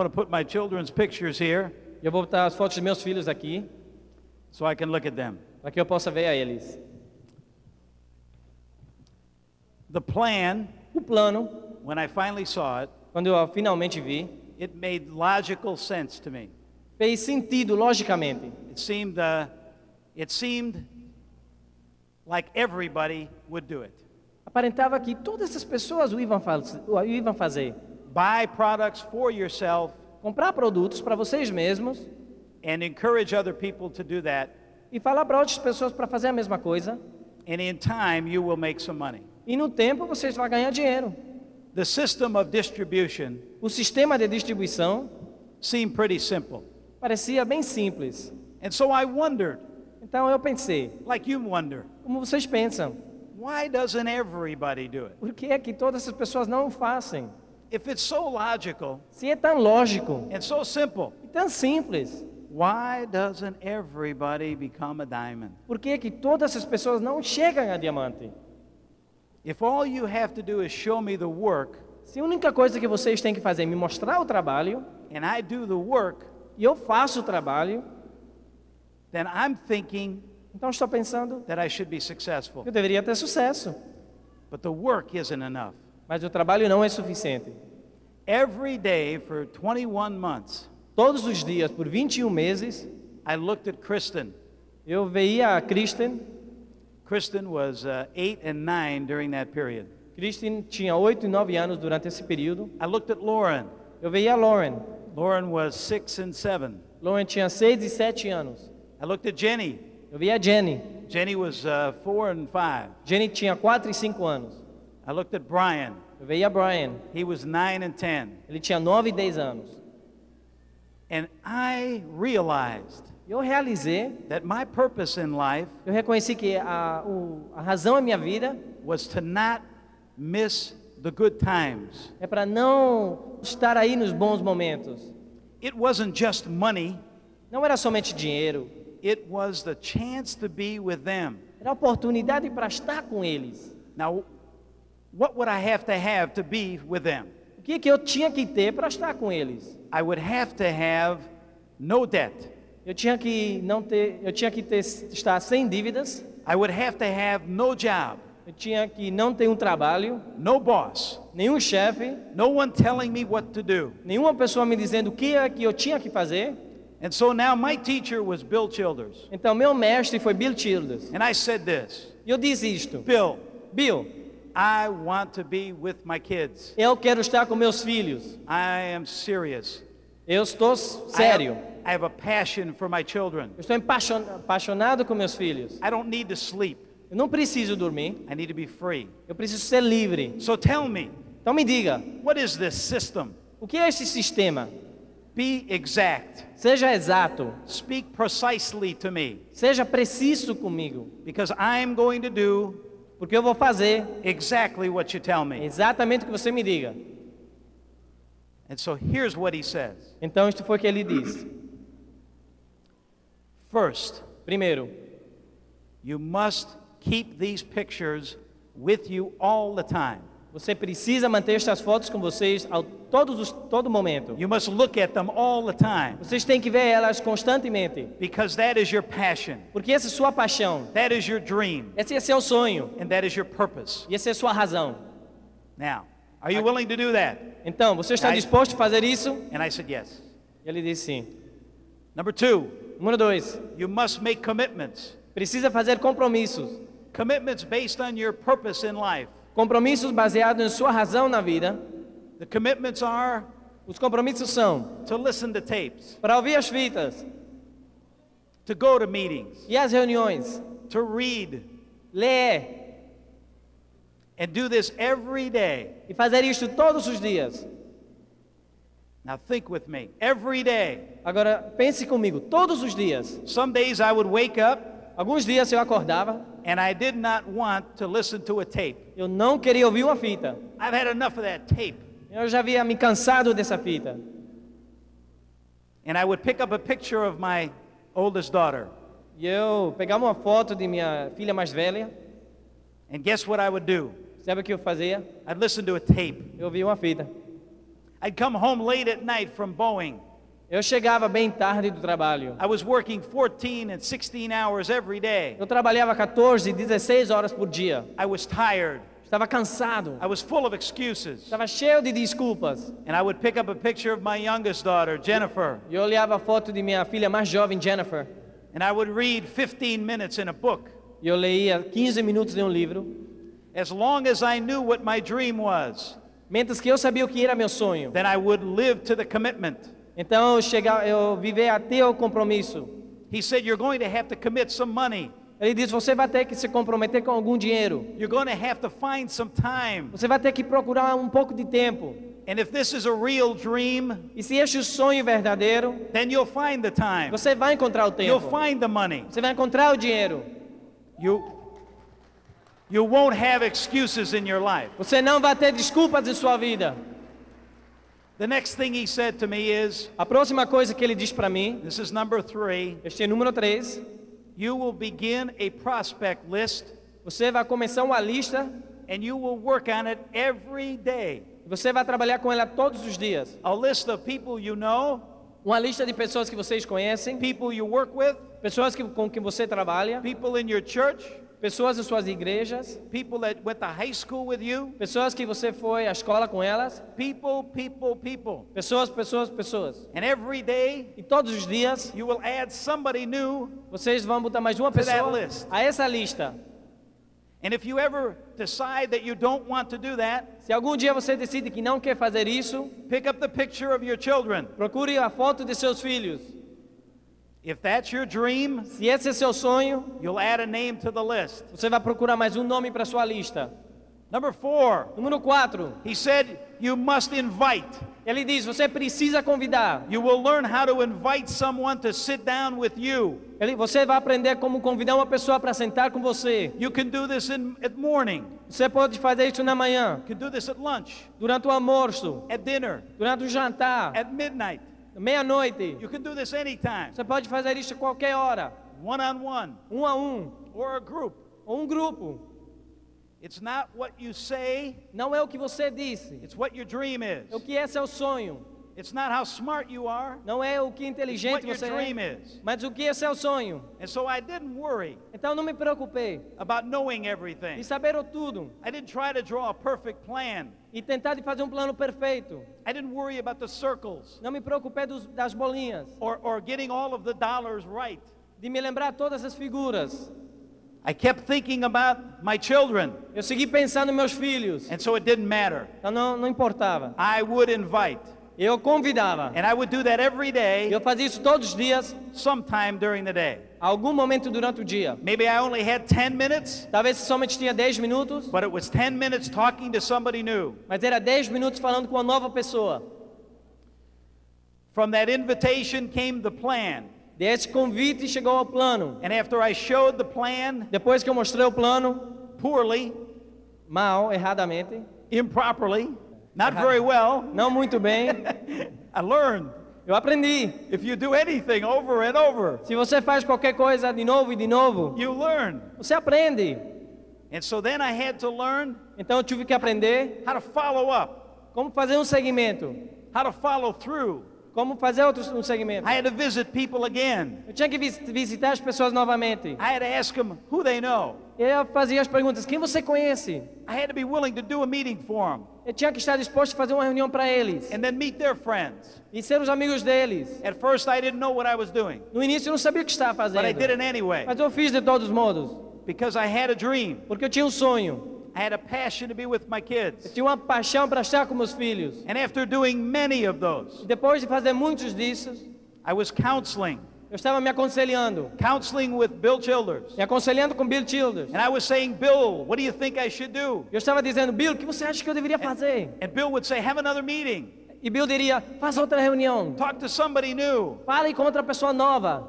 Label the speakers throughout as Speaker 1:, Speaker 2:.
Speaker 1: I'm going to put my children's pictures here
Speaker 2: E eu vou botar as fotos dos meus filhos aqui,
Speaker 1: so I can look at them.
Speaker 2: para que eu possa ver a eles.
Speaker 1: The plan,
Speaker 2: O plano,
Speaker 1: when I finally saw it,
Speaker 2: quando eu finalmente vi,
Speaker 1: it made logical sense to me.
Speaker 2: fez sentido logicamente.
Speaker 1: It seemed, uh, it seemed like everybody would do it.
Speaker 2: Aparentava que todas essas pessoas o iam, faz, o iam fazer.
Speaker 1: Buy products for yourself
Speaker 2: Comprar produtos para vocês mesmos
Speaker 1: and encourage other people to do that,
Speaker 2: e falar para outras pessoas para fazer a mesma coisa.
Speaker 1: and in time you will make some money.
Speaker 2: E no tempo vocês vão ganhar dinheiro.
Speaker 1: The system of distribution
Speaker 2: O sistema de distribuição
Speaker 1: seemed pretty simple.
Speaker 2: parecia bem simples.
Speaker 1: And so I wondered,
Speaker 2: Então eu pensei,
Speaker 1: like you wonder,
Speaker 2: como vocês pensam,
Speaker 1: why doesn't everybody do it?
Speaker 2: por que é que todas essas pessoas não fazem?
Speaker 1: If it's so logical
Speaker 2: Se é tão lógico
Speaker 1: and so simple,
Speaker 2: e tão simples,
Speaker 1: why doesn't everybody become a diamond?
Speaker 2: por que é que todas essas pessoas não chegam a diamante?
Speaker 1: If all you have to do is show me the work
Speaker 2: Se a única coisa que vocês têm que fazer é me mostrar o trabalho,
Speaker 1: and I do the work,
Speaker 2: e eu faço o trabalho,
Speaker 1: then I'm thinking
Speaker 2: então estou pensando
Speaker 1: that I should be successful.
Speaker 2: que eu deveria ter sucesso.
Speaker 1: But the work isn't enough.
Speaker 2: Mas o trabalho não é suficiente.
Speaker 1: Every day for 21 months,
Speaker 2: Todos os dias, por 21 meses,
Speaker 1: I looked at Kristen.
Speaker 2: eu veia a Kristen.
Speaker 1: Kristen was uh, eight and nine during that period.
Speaker 2: Kristen tinha 8 e 9 anos durante esse período.
Speaker 1: I looked at Lauren.
Speaker 2: Eu veia a Lauren.
Speaker 1: Lauren was six and seven.
Speaker 2: Lauren tinha 6 e 7 anos.
Speaker 1: I looked at Jenny.
Speaker 2: Eu veia a Jenny.
Speaker 1: Jenny was uh, four and five.
Speaker 2: Jenny tinha 4 e 5 anos.
Speaker 1: I looked at Brian.
Speaker 2: Eu veia a Brian.
Speaker 1: He was nine and ten.
Speaker 2: Ele tinha 9 e 10 anos.
Speaker 1: And I realized
Speaker 2: Eu realizei,
Speaker 1: that my purpose in life
Speaker 2: eu reconheci que a, o, a razão da minha vida
Speaker 1: was to not miss the good times.
Speaker 2: é para não estar aí nos bons momentos.
Speaker 1: It wasn't just money,
Speaker 2: Não era somente dinheiro,
Speaker 1: it was the chance to be with them.
Speaker 2: era oportunidade para estar com eles.
Speaker 1: Now, what would I have to have to be with them?
Speaker 2: O que, que eu tinha que ter para estar com eles?
Speaker 1: I would have to have no debt.
Speaker 2: Eu tinha que não ter, eu tinha que ter, estar sem dívidas.
Speaker 1: I would have to have no job,
Speaker 2: Eu tinha que não ter um trabalho,
Speaker 1: no boss,
Speaker 2: nenhum chefe,
Speaker 1: no one telling me what to do.
Speaker 2: nenhuma pessoa me dizendo o que é que eu tinha que fazer.
Speaker 1: And so now my teacher was Bill Childers.
Speaker 2: Então meu mestre foi Bill Childers.
Speaker 1: And I said this
Speaker 2: E eu disse isto:
Speaker 1: Bill,
Speaker 2: Bill,
Speaker 1: I want to be with my kids.
Speaker 2: eu quero estar com meus filhos.
Speaker 1: I am serious.
Speaker 2: Eu estou sério.
Speaker 1: I have, I have a passion for my children.
Speaker 2: Eu estou empachon- apaixonado com meus filhos.
Speaker 1: I don't need to sleep.
Speaker 2: Eu não preciso dormir.
Speaker 1: I need to be free.
Speaker 2: Eu preciso ser livre.
Speaker 1: So tell me,
Speaker 2: Então me diga,
Speaker 1: what is this system?
Speaker 2: o que é esse sistema?
Speaker 1: Be exact.
Speaker 2: Seja exato,
Speaker 1: Speak precisely to me
Speaker 2: seja preciso comigo,
Speaker 1: because I'm going to do
Speaker 2: porque eu vou fazer
Speaker 1: exactly what you tell me.
Speaker 2: exatamente o que você me diga.
Speaker 1: And so here's what he says
Speaker 2: Então isto foi o que ele disse.
Speaker 1: First,
Speaker 2: Primeiro,
Speaker 1: you must keep these pictures with you all the time.
Speaker 2: Você precisa manter estas fotos com vocês a todos os, todo momento.
Speaker 1: You must look at them all the time
Speaker 2: Vocês têm que ver elas constantemente,
Speaker 1: because that is your passion,
Speaker 2: porque essa é sua paixão,
Speaker 1: that is your dream,
Speaker 2: esse é seu sonho,
Speaker 1: and that is your purpose.
Speaker 2: e essa é sua razão.
Speaker 1: Now, are you willing to do that?
Speaker 2: Então, você está
Speaker 1: Aí-
Speaker 2: disposto a fazer isso?
Speaker 1: And I said yes.
Speaker 2: E Ele disse sim.
Speaker 1: Number two,
Speaker 2: Número dois,
Speaker 1: you must make commitments.
Speaker 2: precisa fazer compromissos.
Speaker 1: Commitments based on your purpose in life.
Speaker 2: Compromissos baseados em sua razão na vida.
Speaker 1: The commitments are
Speaker 2: Os compromissos são
Speaker 1: to listen to tapes,
Speaker 2: para ouvir as fitas
Speaker 1: to go to meetings,
Speaker 2: e as reuniões,
Speaker 1: to read,
Speaker 2: ler
Speaker 1: and do this every day.
Speaker 2: e fazer isto todos os dias.
Speaker 1: Now, think with me. Every day.
Speaker 2: Agora, pense comigo, todos os dias.
Speaker 1: Some days I would wake up
Speaker 2: Alguns dias eu acordava
Speaker 1: and I did not want to listen to a tape.
Speaker 2: Eu não queria ouvir uma fita.
Speaker 1: I've had enough of that tape.
Speaker 2: Eu já havia me cansado dessa fita.
Speaker 1: And I would pick up a picture of my oldest daughter.
Speaker 2: E eu pegava uma foto de minha filha mais velha.
Speaker 1: And guess what I would do?
Speaker 2: Sabe o que eu fazia?
Speaker 1: I'd listen to a tape.
Speaker 2: Eu ouvia uma fita.
Speaker 1: I'd come home late at night from Boeing.
Speaker 2: Eu chegava bem tarde do trabalho.
Speaker 1: I was working 14 and 16 hours every day.
Speaker 2: Eu trabalhava 14, 16 horas por dia.
Speaker 1: I was tired.
Speaker 2: Estava cansado.
Speaker 1: I was full of excuses.
Speaker 2: Estava cheio de desculpas.
Speaker 1: And I would pick up a picture of my youngest daughter, Jennifer,
Speaker 2: E Eu olhava a foto de minha filha mais jovem, Jennifer.
Speaker 1: and I would read 15 minutes in a book.
Speaker 2: E eu leia 15 minutos de um livro.
Speaker 1: As long as I knew what my dream was,
Speaker 2: Mentas que eu sabia o que era meu sonho.
Speaker 1: then I would live to the commitment.
Speaker 2: Então eu chegava, eu vivia até o compromisso.
Speaker 1: He said, You're going to have to commit some money.
Speaker 2: Ele diz: você vai ter que se comprometer com algum dinheiro.
Speaker 1: You're going to have to find some time.
Speaker 2: Você vai ter que procurar um pouco de tempo.
Speaker 1: And if this is a real dream,
Speaker 2: E se este é o sonho verdadeiro,
Speaker 1: then you'll find the time.
Speaker 2: você vai encontrar o
Speaker 1: You'll
Speaker 2: tempo.
Speaker 1: find the money.
Speaker 2: Você vai encontrar o dinheiro.
Speaker 1: You, you won't have excuses in your life.
Speaker 2: Você não vai ter desculpas em sua vida.
Speaker 1: The next thing he said to me is
Speaker 2: A próxima coisa que ele diz para mim,
Speaker 1: this is number three
Speaker 2: este é número 3,
Speaker 1: you will begin a prospect list
Speaker 2: você vai começar uma lista
Speaker 1: and you will work on it every day.
Speaker 2: e você vai trabalhar com ela todos os dias.
Speaker 1: A list of people you know,
Speaker 2: Uma lista de pessoas que vocês conhecem,
Speaker 1: people you work with,
Speaker 2: pessoas que, com quem você trabalha,
Speaker 1: people in your church,
Speaker 2: pessoas em suas igrejas,
Speaker 1: people that went to high school with you,
Speaker 2: pessoas que você foi à escola com elas,
Speaker 1: people, people, people.
Speaker 2: pessoas, pessoas, pessoas.
Speaker 1: And every day
Speaker 2: E todos os dias
Speaker 1: you will add somebody new.
Speaker 2: vocês vão botar mais uma
Speaker 1: To that
Speaker 2: pessoa
Speaker 1: list.
Speaker 2: a essa lista.
Speaker 1: And if you ever decide that you don't want to do that,
Speaker 2: Se algum dia você decide que não quer fazer isso,
Speaker 1: pick up the picture of your children.
Speaker 2: procure a foto de seus filhos.
Speaker 1: If that's your dream,
Speaker 2: Se esse é seu sonho,
Speaker 1: you'll add a name to the list.
Speaker 2: você vai procurar mais um nome para sua lista.
Speaker 1: Number four,
Speaker 2: Número 4,
Speaker 1: he said, you must invite.
Speaker 2: ele diz: você precisa convidar.
Speaker 1: You will learn how to invite someone to sit down with you.
Speaker 2: Ele, você vai aprender como convidar uma pessoa para sentar com você.
Speaker 1: You can do this in at morning,
Speaker 2: Você pode fazer isso na manhã,
Speaker 1: you can do this at lunch,
Speaker 2: durante o almoço,
Speaker 1: at dinner,
Speaker 2: durante o jantar,
Speaker 1: at midnight.
Speaker 2: meia-noite.
Speaker 1: You can do this anytime,
Speaker 2: Você pode fazer isso a qualquer hora,
Speaker 1: one on one
Speaker 2: um a um,
Speaker 1: or a group.
Speaker 2: ou um grupo.
Speaker 1: It's not what you say,
Speaker 2: Não é o que você disse,
Speaker 1: it's what your dream is.
Speaker 2: é o que é seu sonho.
Speaker 1: It's not how smart you are,
Speaker 2: Não é o que
Speaker 1: it's what
Speaker 2: inteligente
Speaker 1: your
Speaker 2: você
Speaker 1: dream
Speaker 2: é,
Speaker 1: is.
Speaker 2: mas o que é seu sonho.
Speaker 1: And so I didn't worry
Speaker 2: Então não me preocupei
Speaker 1: about knowing
Speaker 2: de
Speaker 1: everything.
Speaker 2: saber o tudo
Speaker 1: I didn't try to draw a perfect plan.
Speaker 2: e tentar de fazer um plano perfeito.
Speaker 1: I didn't worry about the circles
Speaker 2: Não me preocupei dos, das bolinhas,
Speaker 1: or, or getting all of the dollars right.
Speaker 2: de me lembrar todas as figuras.
Speaker 1: I kept thinking about my children,
Speaker 2: Eu segui pensando em meus filhos.
Speaker 1: and so it didn't matter.
Speaker 2: Então não, não importava.
Speaker 1: I would invite,
Speaker 2: Eu convidava.
Speaker 1: and I would do that every day,
Speaker 2: Eu fazia isso todos os dias,
Speaker 1: sometime during the day.
Speaker 2: algum momento durante o dia.
Speaker 1: Maybe I only had 10 minutes,
Speaker 2: Talvez somente tinha 10 minutos,
Speaker 1: but it was 10 minutes talking to somebody new.
Speaker 2: mas era 10 minutos falando com uma nova pessoa.
Speaker 1: From that invitation came the plan,
Speaker 2: Desse convite chegou ao plano.
Speaker 1: and after I showed the plan
Speaker 2: Depois que eu mostrei o plano,
Speaker 1: poorly,
Speaker 2: mal, erradamente,
Speaker 1: improperly, not very well,
Speaker 2: não muito bem,
Speaker 1: I learned
Speaker 2: eu aprendi.
Speaker 1: if you do anything over and over,
Speaker 2: Se você faz qualquer coisa de novo e de novo,
Speaker 1: you learn.
Speaker 2: você aprende.
Speaker 1: And so then I had to learn
Speaker 2: Então eu tive que aprender
Speaker 1: how to follow up,
Speaker 2: como fazer um segmento,
Speaker 1: how to follow through.
Speaker 2: como fazer outro um segmento.
Speaker 1: I had to visit people again.
Speaker 2: Eu tinha que vis- visitar as pessoas novamente.
Speaker 1: I had to ask them who they know.
Speaker 2: Eu fazia as perguntas: quem você conhece?
Speaker 1: I had to be willing to do a meeting for them
Speaker 2: Eu tinha que estar disposto a fazer uma reunião para eles
Speaker 1: and then meet their friends.
Speaker 2: e ser os amigos deles.
Speaker 1: At first, I didn't know what I was doing,
Speaker 2: No início eu não sabia o que estava
Speaker 1: but I did it
Speaker 2: fazendo,
Speaker 1: anyway
Speaker 2: mas eu fiz de todos os modos,
Speaker 1: because I had a dream.
Speaker 2: porque eu tinha um sonho,
Speaker 1: I had a passion to be with my
Speaker 2: eu
Speaker 1: kids.
Speaker 2: tinha uma paixão para estar com meus filhos.
Speaker 1: And after doing many of those,
Speaker 2: E depois de fazer muitos dissos,
Speaker 1: I was counseling,
Speaker 2: eu estava me aconselhando,
Speaker 1: counseling with Bill Childers.
Speaker 2: me aconselhando com Bill Childers.
Speaker 1: And I was saying, Bill, what do you think I should do?
Speaker 2: Eu estava dizendo, Bill, o que você acha que eu deveria fazer?
Speaker 1: And Bill would say, have another meeting,
Speaker 2: E Bill diria, faça outra reunião,
Speaker 1: talk to somebody new.
Speaker 2: fale com outra pessoa nova.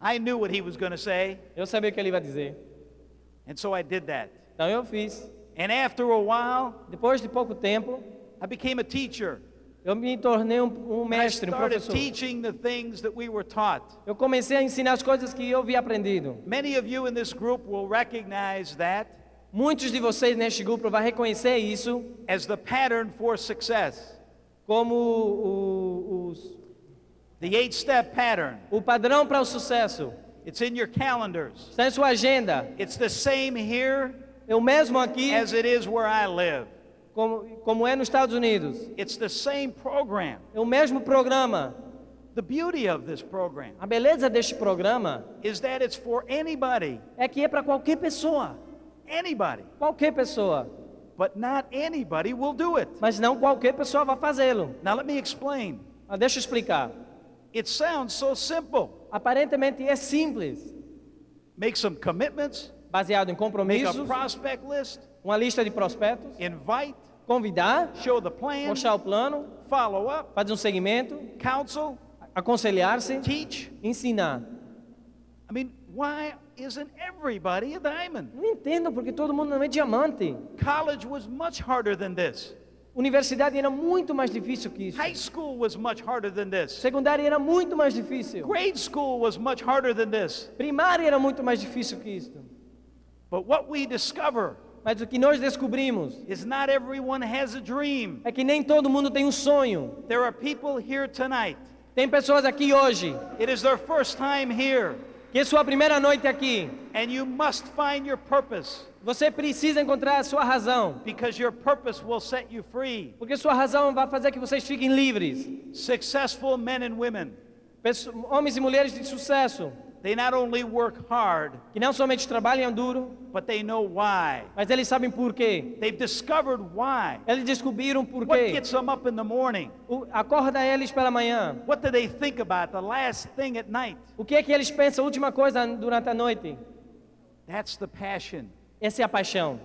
Speaker 1: I knew what he was going to say,
Speaker 2: Eu sabia o que ele ia dizer.
Speaker 1: and so I did that.
Speaker 2: Então eu fiz.
Speaker 1: And after a while,
Speaker 2: Depois de pouco tempo,
Speaker 1: I became a teacher.
Speaker 2: eu me tornei um, um
Speaker 1: I
Speaker 2: mestre, um
Speaker 1: started
Speaker 2: professor.
Speaker 1: teaching the things that we were taught.
Speaker 2: Eu comecei a ensinar as coisas que eu havia aprendido.
Speaker 1: Many of you in this group will recognize that
Speaker 2: Muitos de vocês neste grupo vão reconhecer isso
Speaker 1: as the pattern for success.
Speaker 2: como o, os-
Speaker 1: The eight step pattern.
Speaker 2: o padrão para o sucesso.
Speaker 1: It's in your calendars.
Speaker 2: Está em sua agenda.
Speaker 1: It's the same here
Speaker 2: Eu mesmo aqui,
Speaker 1: as it is where I live.
Speaker 2: como, como é nos Estados Unidos.
Speaker 1: It's the same program.
Speaker 2: É o mesmo programa.
Speaker 1: The beauty of this program
Speaker 2: A beleza deste programa
Speaker 1: is that it's for anybody,
Speaker 2: é que é para qualquer pessoa.
Speaker 1: anybody,
Speaker 2: Qualquer pessoa.
Speaker 1: but not anybody will do it.
Speaker 2: Mas não qualquer pessoa vai fazê-lo.
Speaker 1: Now, let me explain.
Speaker 2: Mas deixa eu explicar.
Speaker 1: It sounds so simple.
Speaker 2: Aparentemente é simples.
Speaker 1: Make some commitments,
Speaker 2: Baseado em
Speaker 1: make a
Speaker 2: compromissos,
Speaker 1: prospect list,
Speaker 2: uma lista de prospectos,
Speaker 1: invite,
Speaker 2: convidar,
Speaker 1: show the plan,
Speaker 2: mostrar o plano,
Speaker 1: follow up,
Speaker 2: fazer um segmento,
Speaker 1: counsel,
Speaker 2: aconselhar-se,
Speaker 1: teach.
Speaker 2: ensinar.
Speaker 1: I mean, why isn't everybody a diamond?
Speaker 2: Não entendo porque todo mundo não é diamante.
Speaker 1: College was much harder than this.
Speaker 2: Universidade era muito mais difícil que isso.
Speaker 1: High school was much harder than this.
Speaker 2: Secundária era muito mais difícil.
Speaker 1: Grade school was much harder than this.
Speaker 2: Primária era muito mais difícil que isso.
Speaker 1: But what we discover
Speaker 2: Mas o que nós descobrimos
Speaker 1: is not everyone has a dream.
Speaker 2: é que nem todo mundo tem um sonho.
Speaker 1: There are people here tonight.
Speaker 2: Tem pessoas aqui hoje
Speaker 1: It is their first time here,
Speaker 2: que é sua primeira noite aqui.
Speaker 1: and you must find your purpose
Speaker 2: Você precisa encontrar a sua razão,
Speaker 1: because your purpose will set you free.
Speaker 2: porque sua razão vai fazer que vocês fiquem livres.
Speaker 1: Successful men and women,
Speaker 2: Pesso- homens e mulheres de sucesso
Speaker 1: they not only work hard,
Speaker 2: que não somente trabalham duro,
Speaker 1: but they know why.
Speaker 2: mas eles sabem por quê.
Speaker 1: They've discovered why.
Speaker 2: Eles descobriram por
Speaker 1: What
Speaker 2: quê.
Speaker 1: gets them up in the morning?
Speaker 2: O- acorda eles pela manhã.
Speaker 1: What do they think about the last thing at night?
Speaker 2: O que é que eles pensam? A última coisa durante a noite.
Speaker 1: That's the passion.
Speaker 2: Essa é a paixão.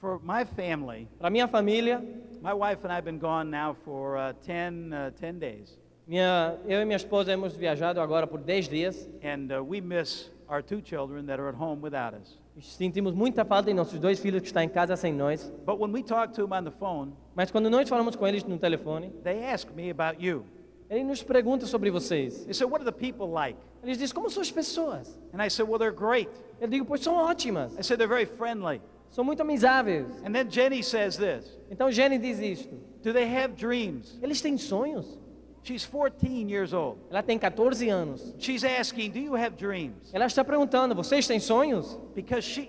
Speaker 1: For my family,
Speaker 2: Para minha família,
Speaker 1: my wife and I have been gone now for uh, 10, uh, 10 days,
Speaker 2: minha, eu e minha esposa hemos viajado agora por 10 dias
Speaker 1: and uh, we miss our two children that are at home without us.
Speaker 2: e sentimos muita falta em nossos dois filhos que estão em casa sem nós.
Speaker 1: But when we talk to them on the phone,
Speaker 2: Mas quando nós falamos com eles no telefone,
Speaker 1: they ask me about you.
Speaker 2: eles nos perguntam sobre vocês.
Speaker 1: They said, What are the people like?
Speaker 2: Eles dizem, como são as pessoas?
Speaker 1: And I said, Well, they're great.
Speaker 2: Eu digo, pois são ótimas,
Speaker 1: I said, They're very friendly.
Speaker 2: são muito amizáveis.
Speaker 1: And then Jenny says this
Speaker 2: Então Jenny diz isto.
Speaker 1: Do they have dreams?
Speaker 2: Eles têm sonhos.
Speaker 1: She's 14 years old.
Speaker 2: Ela tem 14 anos.
Speaker 1: She's asking, Do you have dreams?
Speaker 2: Ela está perguntando, vocês têm sonhos?
Speaker 1: Because she,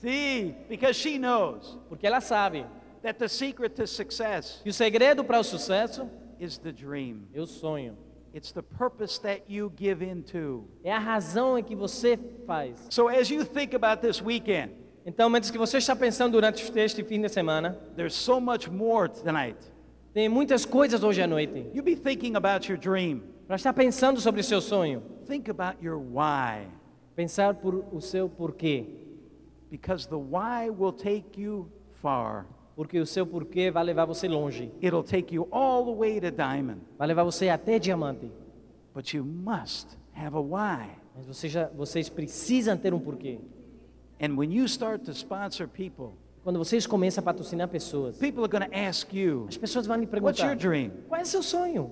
Speaker 1: see, because she knows
Speaker 2: Porque ela sabe
Speaker 1: that the secret to success
Speaker 2: que o segredo para o sucesso
Speaker 1: is the dream.
Speaker 2: é o sonho.
Speaker 1: It's the purpose that you give into.
Speaker 2: É a razão em que você faz.
Speaker 1: So as you think about this weekend,
Speaker 2: Então, antes que você está pensando durante os textos de fim de semana,
Speaker 1: there's so much more tonight.
Speaker 2: tem muitas coisas hoje à noite.
Speaker 1: You be thinking about your dream.
Speaker 2: Para estar pensando sobre o seu sonho,
Speaker 1: Think about your why,
Speaker 2: pensar por o seu porquê,
Speaker 1: because the why will take you far.
Speaker 2: porque o seu porquê vai levar você longe,
Speaker 1: It'll take you all the way to diamond,
Speaker 2: vai levar você até diamante.
Speaker 1: but you must have a why.
Speaker 2: Mas você já, vocês precisam ter um porquê.
Speaker 1: And when you start to sponsor people,
Speaker 2: Quando vocês começam a patrocinar pessoas,
Speaker 1: people are going to ask you,
Speaker 2: as pessoas vão lhe
Speaker 1: What's your
Speaker 2: perguntar:
Speaker 1: dream?
Speaker 2: qual é o seu sonho?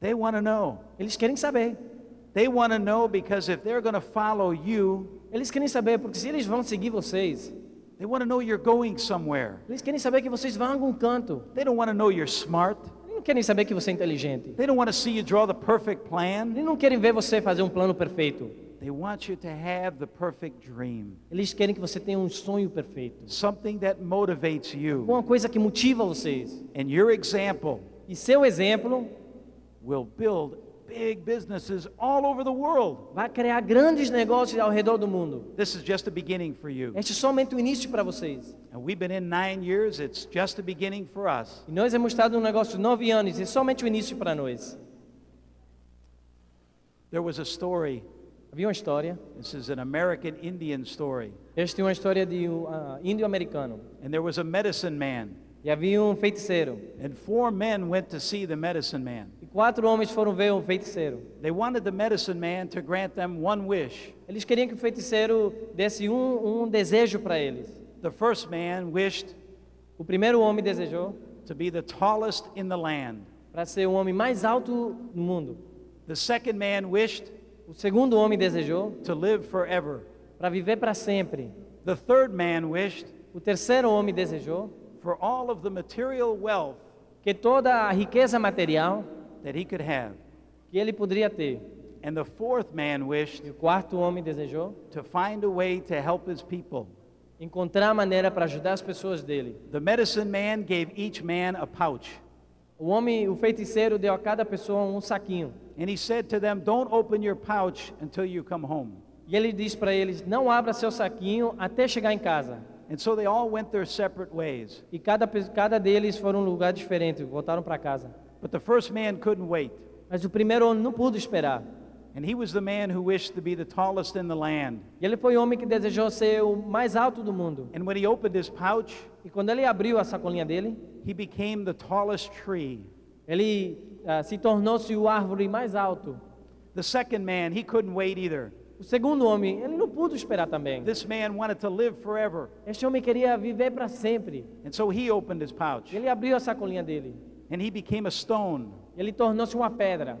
Speaker 1: They want to know.
Speaker 2: Eles querem saber.
Speaker 1: They want to know because if they're going to follow you,
Speaker 2: Eles querem saber porque se eles vão seguir vocês,
Speaker 1: they want to know you're going somewhere.
Speaker 2: eles querem saber que vocês vão a algum canto.
Speaker 1: They don't want to know you're smart.
Speaker 2: Eles não querem saber que você é inteligente.
Speaker 1: They don't want to see you draw the perfect plan.
Speaker 2: Eles não querem ver você fazer um plano perfeito.
Speaker 1: They want you to have the perfect dream,
Speaker 2: Eles querem que você tenha um sonho perfeito.
Speaker 1: something that motivates you.
Speaker 2: Uma coisa que motiva vocês.
Speaker 1: And your example
Speaker 2: E seu exemplo
Speaker 1: will build big businesses all over the world.
Speaker 2: vai criar grandes negócios ao redor do mundo.
Speaker 1: This is just the beginning for you.
Speaker 2: Este é somente o início para vocês.
Speaker 1: And we've been in nine years, it's just the beginning for us.
Speaker 2: E nós temos estado no negócio nove anos e é somente o início para nós.
Speaker 1: There was a story,
Speaker 2: Havia uma história.
Speaker 1: this is an American Indian story,
Speaker 2: Esta é uma história de um ah, índio-americano.
Speaker 1: and there was a medicine man.
Speaker 2: E havia um feiticeiro.
Speaker 1: And four men went to see the medicine man.
Speaker 2: E quatro homens foram ver o feiticeiro.
Speaker 1: They wanted the medicine man to grant them one wish.
Speaker 2: Eles queriam que o feiticeiro desse um, um desejo para eles.
Speaker 1: The first man wished
Speaker 2: O primeiro homem desejou
Speaker 1: to be the tallest in the land.
Speaker 2: para ser o homem mais alto do mundo.
Speaker 1: The second man wished
Speaker 2: O segundo homem desejou
Speaker 1: to live forever.
Speaker 2: para viver para sempre.
Speaker 1: The third man wished
Speaker 2: O terceiro homem desejou
Speaker 1: for for all of the material wealth
Speaker 2: que toda a riqueza material
Speaker 1: that he could have.
Speaker 2: que ele poderia ter.
Speaker 1: And the fourth man wished
Speaker 2: E o quarto homem desejou
Speaker 1: to find a way to help his people.
Speaker 2: encontrar a maneira para ajudar as pessoas dele.
Speaker 1: The medicine man gave each man a pouch.
Speaker 2: O homem, o feiticeiro, deu a cada pessoa um saquinho.
Speaker 1: And he said to them, Don't open your pouch until you come home.
Speaker 2: E ele diz para eles: não abra seu saquinho até chegar em casa.
Speaker 1: And so they all went their separate ways.
Speaker 2: E cada, pe- cada deles foram um lugar diferente, voltaram para casa.
Speaker 1: But the first man couldn't wait.
Speaker 2: Mas o primeiro homem não pôde esperar.
Speaker 1: And he was the man who wished to be the tallest in the land.
Speaker 2: E ele foi o homem que desejou ser o mais alto do mundo.
Speaker 1: And when he opened his pouch,
Speaker 2: E quando ele abriu a sacolinha dele,
Speaker 1: he became the tallest tree.
Speaker 2: ele ah, se tornou-se o árvore mais alto.
Speaker 1: The second man, he couldn't wait either.
Speaker 2: O segundo homem, ele não pôde esperar também.
Speaker 1: This man wanted to live forever.
Speaker 2: Este homem queria viver para sempre.
Speaker 1: And so he opened his pouch
Speaker 2: Ele abriu a sacolinha dele.
Speaker 1: and he became a stone.
Speaker 2: Ele tornou-se uma pedra.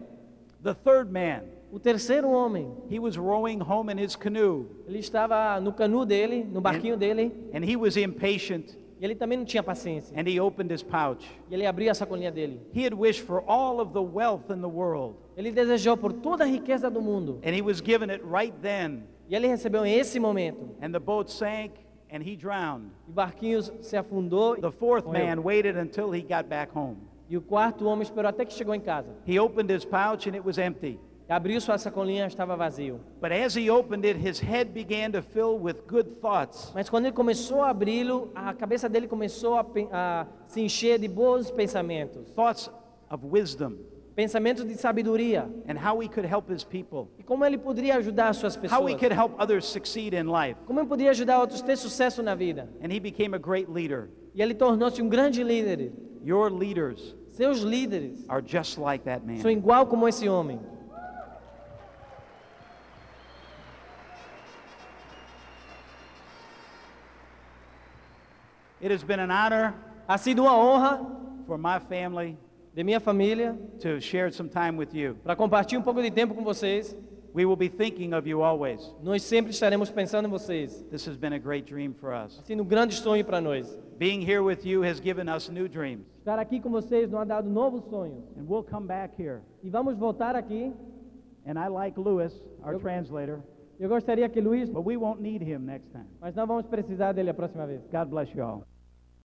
Speaker 1: The third man,
Speaker 2: O terceiro homem,
Speaker 1: he was rowing home in his canoe
Speaker 2: ele estava no canu dele, no barquinho dele,
Speaker 1: and he was impatient
Speaker 2: e ele também não tinha paciência.
Speaker 1: and he opened his pouch.
Speaker 2: E ele abriu a sacolinha dele.
Speaker 1: He had wished for all of the wealth in the world
Speaker 2: Ele desejou por toda a riqueza do mundo.
Speaker 1: and he was given it right then.
Speaker 2: E ele recebeu nesse momento.
Speaker 1: And the boat sank and he drowned.
Speaker 2: E o barquinho se afundou.
Speaker 1: The fourth
Speaker 2: Morreu.
Speaker 1: man waited until he got back home.
Speaker 2: E o quarto homem esperou até que chegou em casa.
Speaker 1: He opened his pouch and it was empty.
Speaker 2: E abriu sua sacolinha, estava vazio.
Speaker 1: But as he opened it, his head began to fill with good thoughts.
Speaker 2: Mas quando ele começou a abri-lo, a cabeça dele começou a, pe- a se encher de bons pensamentos.
Speaker 1: thoughts of wisdom
Speaker 2: Pensamentos de sabedoria.
Speaker 1: and how he could help his people,
Speaker 2: E como ele poderia ajudar as suas
Speaker 1: how he
Speaker 2: pessoas.
Speaker 1: could help others succeed in life.
Speaker 2: Como ele poderia ajudar outros a ter sucesso na vida.
Speaker 1: And he became a great leader.
Speaker 2: E ele tornou-se um grande líder.
Speaker 1: Your leaders
Speaker 2: Seus líderes
Speaker 1: are just like that
Speaker 2: são
Speaker 1: man.
Speaker 2: igual como esse homem.
Speaker 1: It has been an honor
Speaker 2: Ha sido uma honra
Speaker 1: for my family
Speaker 2: de minha família
Speaker 1: to share some time with you.
Speaker 2: para compartilhar um pouco de tempo com vocês.
Speaker 1: We will be thinking of you always.
Speaker 2: Nós sempre estaremos pensando em vocês.
Speaker 1: This has been a great dream for us.
Speaker 2: Sendo um grande sonho para nós.
Speaker 1: Being here with you has given us new dreams.
Speaker 2: Estar aqui com vocês nos ha dado novos sonhos.
Speaker 1: And we'll come back here.
Speaker 2: E vamos voltar aqui.
Speaker 1: And I like Lewis, our translator,
Speaker 2: Eu gostaria que Luiz,
Speaker 1: but we won't need him next time.
Speaker 2: mas não vamos precisar dele a próxima vez.
Speaker 1: God bless you all.